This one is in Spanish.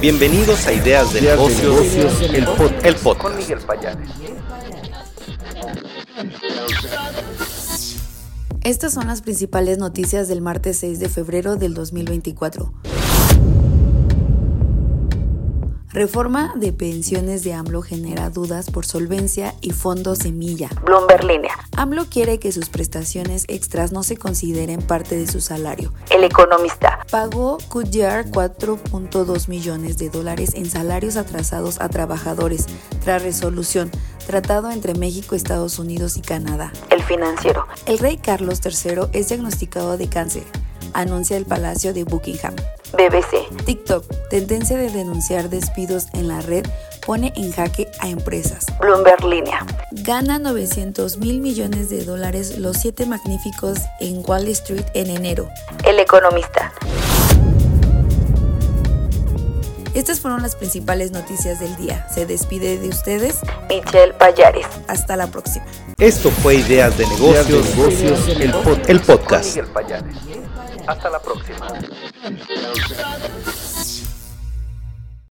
Bienvenidos a Ideas de Ideas de Negocios, Negocios, el, podcast. el podcast. Estas son las principales noticias del martes 6 de febrero del 2024. Reforma de pensiones de AMLO genera dudas por solvencia y fondo semilla. Bloomberg Línea. AMLO quiere que sus prestaciones extras no se consideren parte de su salario. El economista. Pagó Goodyear 4.2 millones de dólares en salarios atrasados a trabajadores tras resolución tratado entre México, Estados Unidos y Canadá. El financiero. El rey Carlos III es diagnosticado de cáncer, anuncia el Palacio de Buckingham. BBC. TikTok, tendencia de denunciar despidos en la red, pone en jaque a empresas. Bloomberg Línea. Gana 900 mil millones de dólares los siete magníficos en Wall Street en enero. El economista. Estas fueron las principales noticias del día. Se despide de ustedes Michelle Payares. Hasta la próxima. Esto fue Ideas de Ideas de Negocios, negocios, el podcast. el podcast. Miguel Payares. Hasta la próxima.